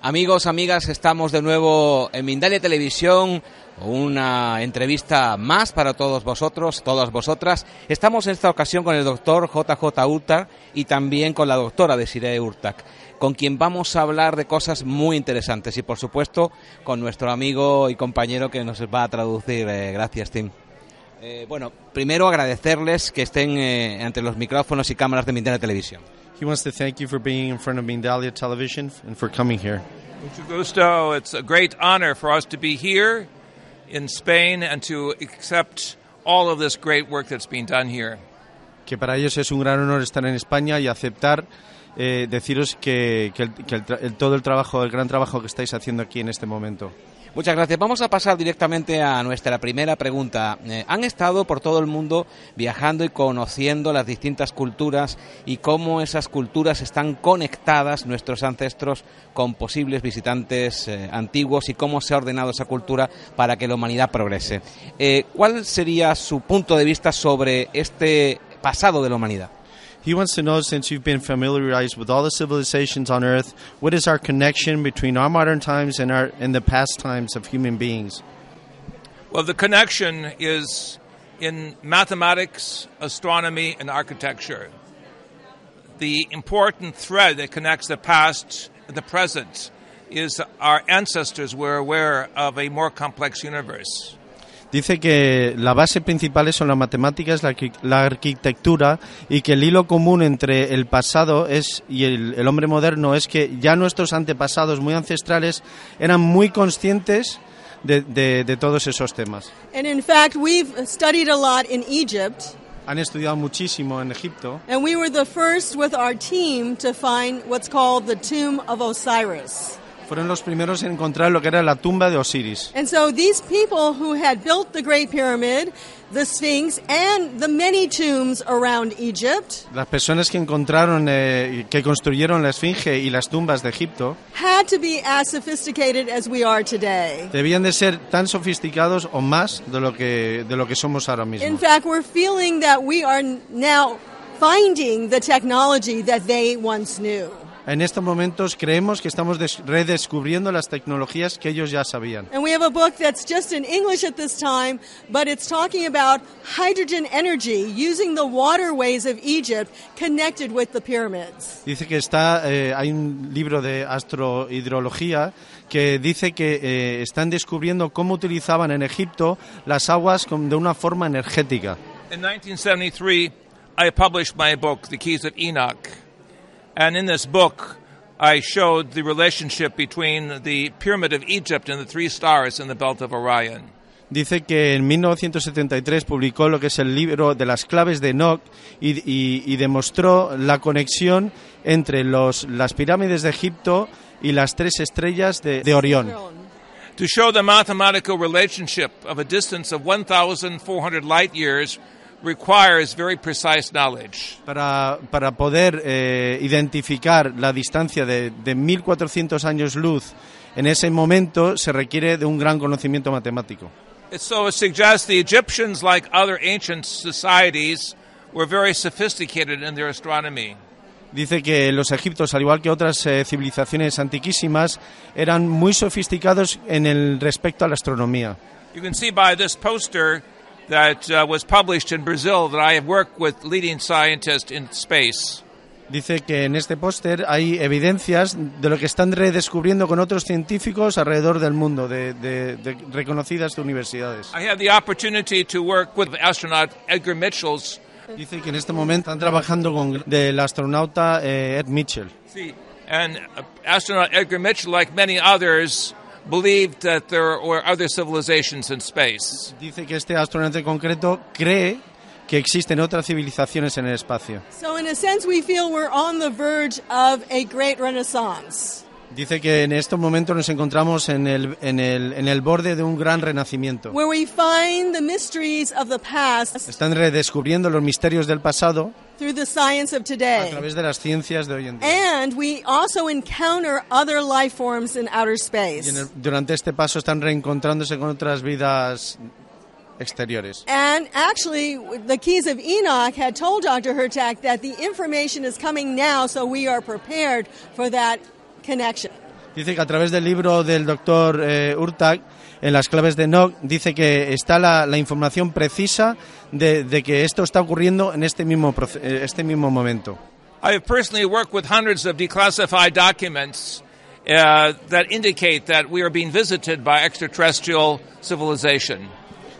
Amigos, amigas, estamos de nuevo en Mindalia Televisión, una entrevista más para todos vosotros, todas vosotras. Estamos en esta ocasión con el doctor JJ Urtac y también con la doctora Desiree Urtac, con quien vamos a hablar de cosas muy interesantes y, por supuesto, con nuestro amigo y compañero que nos va a traducir. Eh, gracias, Tim. Eh, bueno, primero agradecerles que estén eh, ante los micrófonos y cámaras de Mindalia Televisión. He wants to thank you for being in front of Mindalia Television and for coming here. Mucho gusto. It's a great honor for us to be here in Spain and to accept all of this great work that's being done here. Que para ellos es un gran honor estar en España y aceptar eh, deciros que, que el- que el tra- el- todo el trabajo, el gran trabajo que estáis haciendo aquí en este momento. Muchas gracias. Vamos a pasar directamente a nuestra primera pregunta. Eh, han estado por todo el mundo viajando y conociendo las distintas culturas y cómo esas culturas están conectadas, nuestros ancestros, con posibles visitantes eh, antiguos y cómo se ha ordenado esa cultura para que la humanidad progrese. Eh, ¿Cuál sería su punto de vista sobre este pasado de la humanidad? He wants to know, since you've been familiarized with all the civilizations on Earth, what is our connection between our modern times and, our, and the past times of human beings? Well, the connection is in mathematics, astronomy, and architecture. The important thread that connects the past and the present is our ancestors were aware of a more complex universe. Dice que la base principal son las matemáticas, la, arqui- la arquitectura y que el hilo común entre el pasado es y el, el hombre moderno es que ya nuestros antepasados muy ancestrales eran muy conscientes de, de- de todos esos temas. And in fact, we've studied a lot in Egypt, Han estudiado muchísimo en Egipto and we were the first with our team to find what's called the Tomb of Osiris. fueron los primeros en encontrar lo que era la tumba de Osiris. And so these people who had built the Great Pyramid, the Sphinx, and the many tombs around Egypt Las personas que encontraron, eh, que construyeron la Esfinge y las tumbas de Egipto, had to be as sophisticated as we are today. debían de ser tan sofisticados o más de lo que, de lo que somos ahora In mismo. fact, we're feeling that we are n- now finding the technology that they once knew. En estos momentos creemos que estamos des- redescubriendo las tecnologías que ellos ya sabían. And we have a book that's just in English at this time, but it's talking about hydrogen energy using the waterways of Egypt connected with the pyramids. Dice que está, eh, hay un libro de astrohidrología que dice que eh, están descubriendo cómo utilizaban en Egipto las aguas con- de una forma energética. In 1973, I published my book, The Keys of Enoch. And in this book, I showed the relationship between the Pyramid of Egypt and the three stars in the Belt of Orion. Dice que en 1973 publicó lo que es el libro de las claves de Enoch y, y- y demostró la conexión entre los, las pirámides de Egipto y las tres estrellas de, de Orión. To show the mathematical relationship of a distance of 1,400 light years requires very precise knowledge. Para, para poder eh, identificar la distancia de, de 1400 años luz en ese momento se requiere de un gran conocimiento matemático. So it suggests the Egyptians, like other ancient societies, were very sophisticated in their astronomy. Dice que los egipcios, al igual que otras eh, civilizaciones antiquísimas, eran muy sofisticados en el respecto a la astronomía. You can see by this poster that uh, was published in Brazil that I have worked with leading scientists in space. Dice que en este póster hay evidencias de lo que están redescubriendo con otros científicos alrededor del mundo, de, de- de reconocidas universidades. I had the opportunity to work with astronaut Edgar Mitchell's. Dice que en este momento están trabajando con del astronauta eh, Ed Mitchell. See, and uh, astronaut Edgar Mitchell, like many others, believed that there were other civilizations in space. Dice que este astronauta en concreto cree que existen otras civilizaciones en el espacio. So, in a sense, we feel we're on the verge of a great renaissance. Dice que en estos momentos nos encontramos en el, en el, en el borde de un gran renacimiento. Where we find the mysteries of the past Están redescubriendo los misterios del pasado through the science of a today. través de las ciencias de hoy en día. And we also encounter other life forms in Y outer en space. el- durante este paso están reencontrándose con otras vidas exteriores. And actually, the keys of Enoch had told Dr. Hertak that the information is coming now, so we are prepared for that connection. Dice que a través del libro del doctor Urtag, en las claves de Nock, dice que está la, la información precisa de, de que esto está ocurriendo en este mismo, proce- eh, este mismo momento. I have personally worked with hundreds of declassified documents uh, that indicate that we are being visited by extraterrestrial civilization.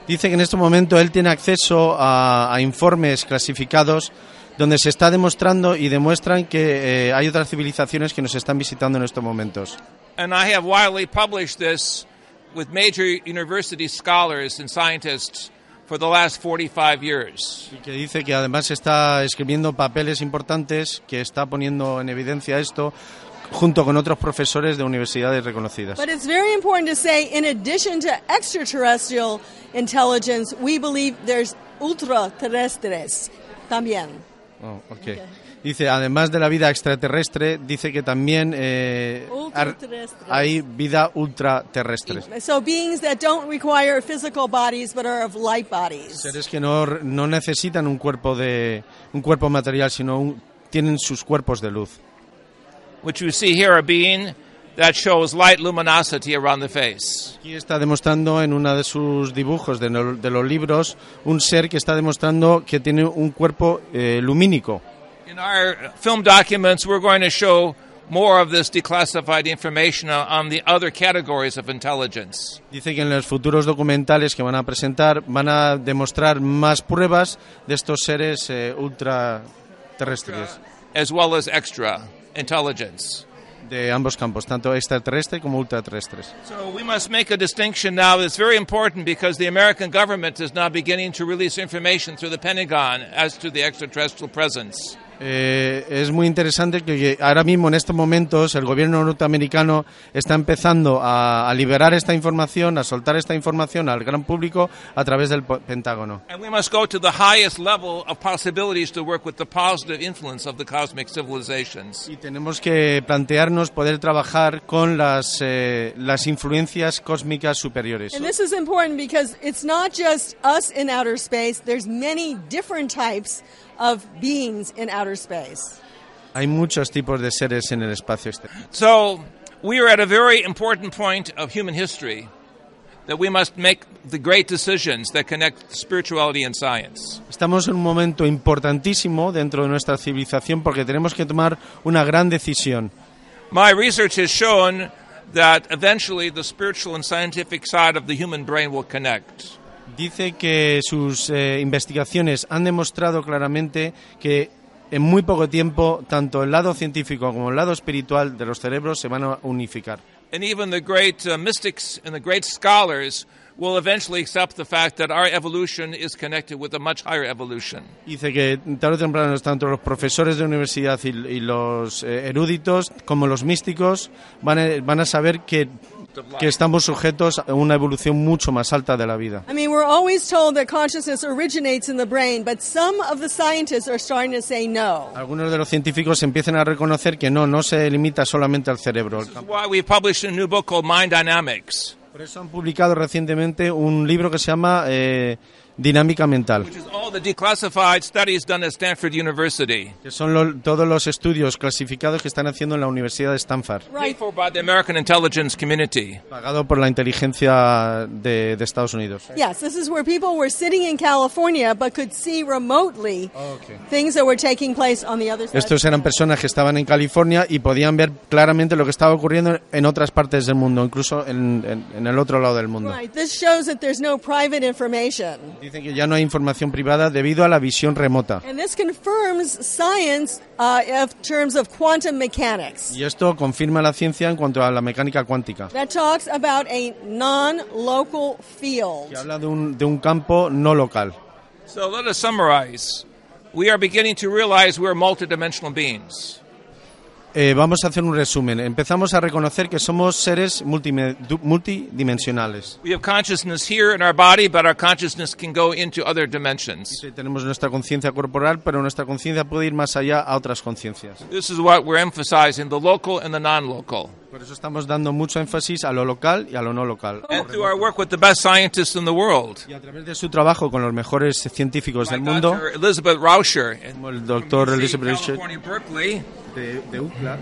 Dice que en este momento él tiene acceso a, a informes clasificados donde se está demostrando y demuestran que eh, hay otras civilizaciones que nos están visitando en estos momentos. And I have widely published this with major university scholars and scientists for the last 45 years. Y que dice que además está escribiendo papeles importantes que está poniendo en evidencia esto junto con otros profesores de universidades reconocidas. But it's very important to say, in addition to extraterrestrial intelligence, we believe there's ultraterrestres también. Oh, ok. Dice, además de la vida extraterrestre, dice que también eh, ar- Ultraterrestre. hay vida ultraterrestre. So beings that don't require physical bodies but are of light bodies. Seres que no, no necesitan un cuerpo de un cuerpo material, sino un- tienen sus cuerpos de luz. What you see here a being that shows light luminosity around the face. Aquí está demostrando en uno de sus dibujos de, no- de los libros un ser que está demostrando que tiene un cuerpo eh, lumínico. In our film documents, we're going to show more of this declassified information on the other categories of intelligence. Dice que en los futuros documentales que van a presentar van a demostrar más pruebas de estos seres eh, ultraterrestres as well as extra intelligence. de ambos campos, tanto extraterrestre como ultraterrestres. So we must make a distinction now that's very important because the American government is now beginning to release information through the Pentagon as to the extraterrestrial presence. Eh, es muy interesante que ahora mismo, en estos momentos, el gobierno norteamericano está empezando a, a liberar esta información, a soltar esta información al gran público a través del po- Pentágono. And we must go to the highest level of possibilities to work with the positive influence of the cosmic civilizations. Y tenemos que plantearnos poder trabajar con las, eh, las influencias cósmicas superiores. And this is important because it's not just us in outer space. There's many different types of beings in outer space. Hay muchos tipos de seres en el espacio este. exterior. So we are at a very important point of human history that we must make the great decisions that connect spirituality and science. Estamos en un momento importantísimo dentro de nuestra civilización porque tenemos que tomar una gran decisión. My research has shown that eventually the spiritual and scientific side of the human brain will connect. Dice que sus eh, investigaciones han demostrado claramente que en muy poco tiempo tanto el lado científico como el lado espiritual de los cerebros se van a unificar. And even the great uh, mystics and the great scholars will eventually accept the fact that our evolution is connected with a much higher evolution. Dice que tarde o temprano tanto los profesores de universidad y, y los eh, eruditos como los místicos van a, van a saber que, que estamos sujetos a una evolución mucho más alta de la vida. I mean, we're always told that consciousness originates in the brain, but some of the scientists are starting to say no. Algunos de los científicos empiezan a reconocer que no, no se limita solamente al cerebro. El That's campo- why we published a new book called Mind Dynamics, Por eso han publicado recientemente un libro que se llama eh, Dinámica Mental, which is all the declassified studies done at Stanford University, que son lo- todos los estudios clasificados que están haciendo en la Universidad de Stanford, paid Right. for by the American intelligence community. pagado por la inteligencia de, de Estados Unidos. Yes, this is where people were sitting in California but could see remotely okay. things that were taking place on the other side. Estos eran personas que estaban en California y podían ver claramente lo que estaba ocurriendo en otras partes del mundo, incluso en, en- en el otro lado del mundo. Right. This shows that there's no private information. Dicen que ya no hay información privada debido a la visión remota. And this confirms science uh, in terms of quantum mechanics. Y esto confirma la ciencia en cuanto a la mecánica cuántica. That talks about a non local field. Que habla de un, de un campo no local. So let us summarize. We are beginning to realize we're multidimensional beings. Eh, vamos a hacer un resumen. Empezamos a reconocer que somos seres multime- du- multidimensionales. We have consciousness here in our body, but our consciousness can go into other dimensions. Sí, tenemos nuestra conciencia corporal, pero nuestra conciencia puede ir más allá a otras conciencias. This is what we're emphasizing the local and the non local. Por eso estamos dando mucho énfasis a lo local y a lo no local. And through our work with the best scientists in the world, Y a través de su trabajo con los mejores científicos del Like mundo, Dr. Elizabeth Rauscher como in el doctor Elizabeth Richard California, Berkeley, de, de UCLA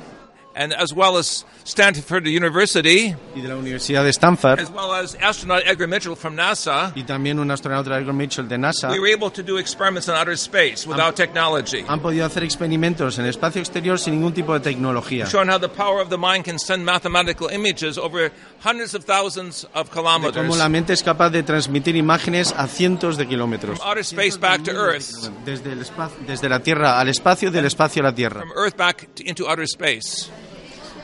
and as well as Stanford University, y de la Universidad de Stanford, as well as astronaut Edgar Mitchell from NASA, y también un astronauta Edgar Mitchell de NASA, we were able to do experiments in outer space without technology, han podido hacer experimentos en el espacio exterior sin ningún tipo de tecnología. showing how the power of the mind can send mathematical images over hundreds of thousands of de cómo kilometers la from mente es capaz de transmitir imágenes a cientos de kilómetros. outer space back to Earth, Desde, el espacio, desde la Tierra al espacio, del espacio a la Tierra. from Earth back to, into outer space.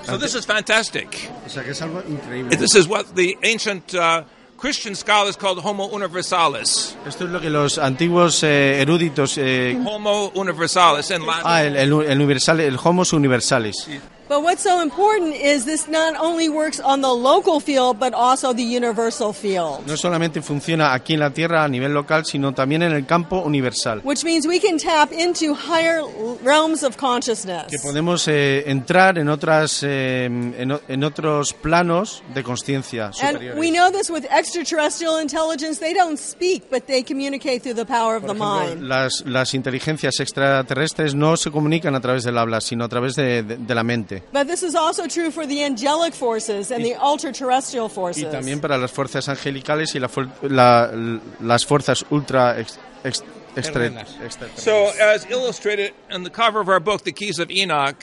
So this is fantastic. O sea que es algo increíble. This is what the ancient uh, Christian scholars called Homo universalis. Esto es lo que los antiguos eh, eruditos... eh, Homo universalis in Latin. ah, el, el, el universal, el homo universalis. But what's so important is this not only works on the local field, but also the universal field. No solamente funciona aquí en la Tierra a nivel local, sino también en el campo universal. Which means we can tap into higher l- realms of Que consciousness. podemos eh, entrar en, otras, eh, en, o- en otros planos de conciencia And we superiores. know this with extraterrestrial intelligence. They don't speak, but they communicate through the power of Por the ejemplo, mind. las, las inteligencias extraterrestres no se comunican a través del habla, sino a través de, de- de la mente. But this is also true for the angelic forces and the ultra-terrestrial Y forces. también para las fuerzas angelicales y la fuer- la- las fuerzas ultra ex- ex- extra- Terrenas. extraterrestres. So, as illustrated in the cover of our book, The Keys of Enoch,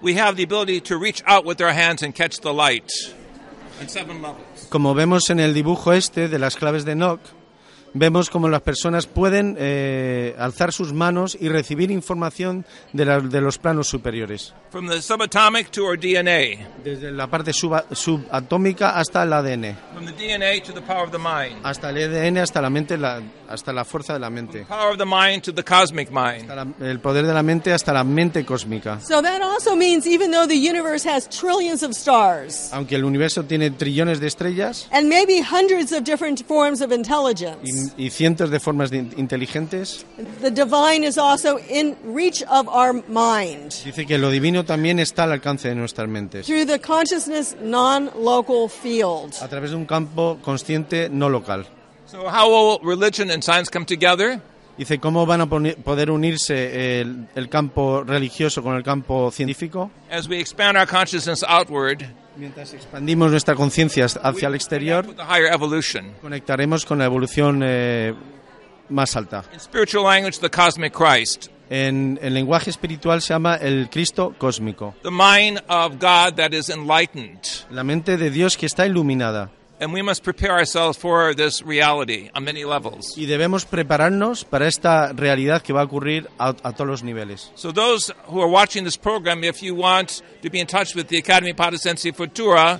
we have the ability to reach out with our hands and catch the light on seven levels. Como vemos en el dibujo este de las claves de Nock, vemos como las personas pueden eh, alzar sus manos y recibir información de, la- de los planos superiores, From the subatomic to our DNA, desde la parte suba- subatómica hasta el ADN, from the DNA to the power of the mind, hasta el EDN, hasta la mente, la- hasta la fuerza de la the mente, power of the mind to the cosmic mind. hasta la- el poder de la mente, hasta la mente cósmica. So that also means even though the universe has trillions of stars Aunque el universo tiene trillones de estrellas and maybe hundreds of different forms of intelligence, y, y cientos de formas de in- inteligentes, the divine is also in reach of our mind dice que lo divino también está al alcance de nuestras mentes. through the consciousness non-local field. a través de un campo consciente no local. So, how will religion and science come together? Dice, ¿cómo van a poni- poder unirse el, el campo religioso con el campo científico? As we expand our consciousness outward, Mientras expandimos nuestra conciencia hacia el connect exterior, with the higher evolution. conectaremos con la evolución eh, más alta. In spiritual language, the cosmic Christ, En el lenguaje espiritual se llama el Cristo cósmico, the mind of God that is enlightened. la mente de Dios que está iluminada. And we must prepare ourselves for this reality on many levels. Y debemos prepararnos para esta realidad que va a ocurrir a, a todos los niveles. So, those who are watching this program, if you want to be in touch with the Academy Padasensi Futura,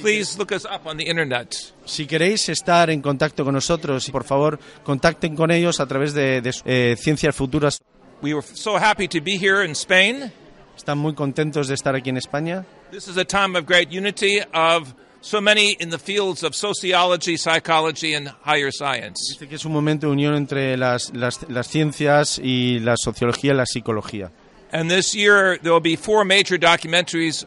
please look us up on the internet. Si queréis estar en contacto con nosotros, por favor, contacten con ellos a través de, de eh, Ciencias Futuras. We were so happy to be here in Spain. Están muy contentos de estar aquí en España. This is a time of great unity of so many in the fields of sociology, psychology, and higher science. Dice que es un momento de unión entre las, las- las ciencias y la sociología y la psicología. And this year, there will be four major documentaries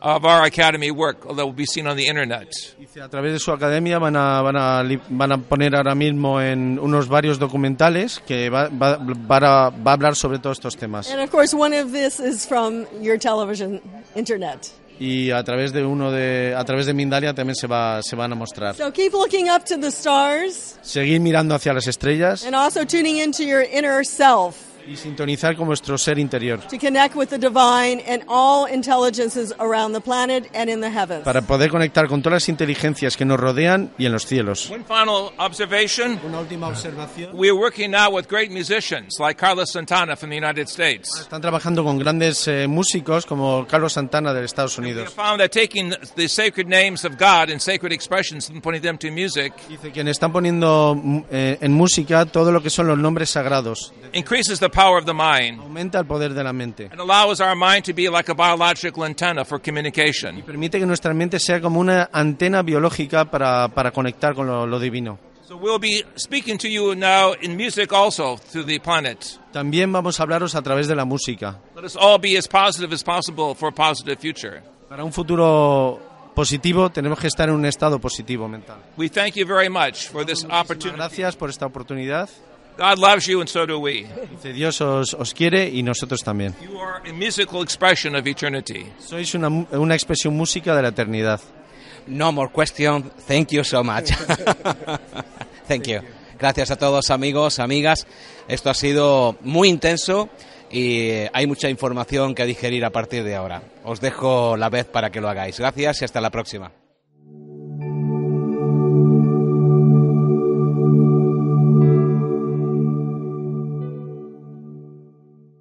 of our Academy work that will be seen on the internet. Dice, a través de su academia van a, van a, li- van a poner ahora mismo en unos varios documentales que va, va- va a, va a hablar sobre todos estos temas. And of course, one of this is from your television internet. Y a través de uno de, a través de Mindalia también se, va, se van a mostrar. So keep looking up to the stars Seguir mirando hacia las estrellas and also tuning into your inner self y sintonizar con nuestro ser interior to connect with the divine and all intelligences around the planet and in the heavens. para poder conectar con todas las inteligencias que nos rodean y en los cielos. One final observation. Una última observación. We are working now with great musicians like Carlos Santana from the United States. Están trabajando con grandes eh, músicos como Carlos Santana de Estados We have Unidos. found that taking the sacred names of God and sacred expressions and putting them to music Dice que están poniendo mm, eh, en música todo lo que son los nombres sagrados. increases the power of the mind Aumenta el poder de la mente. and allows our mind to be like a biological antenna for communication. Permite que nuestra mente sea como una antena biológica para, para conectar con lo, lo divino. So we'll be speaking to you now in music also to the planet. También vamos a hablaros a través de la música. Let us all be as positive as possible for a positive future. Para un futuro positivo tenemos que estar en un estado positivo mental. We thank you very much for this Muchas opportunity. gracias por esta oportunidad. God loves you and so do we. Dice, Dios os, os quiere y nosotros también. You are a musical expression of eternity. Sois una, mu- una expresión música de la eternidad. No more question. Thank you so much. Thank you. Gracias a todos amigos, amigas. Esto ha sido muy intenso y hay mucha información que digerir a partir de ahora. Os dejo la vez para que lo hagáis. Gracias y hasta la próxima.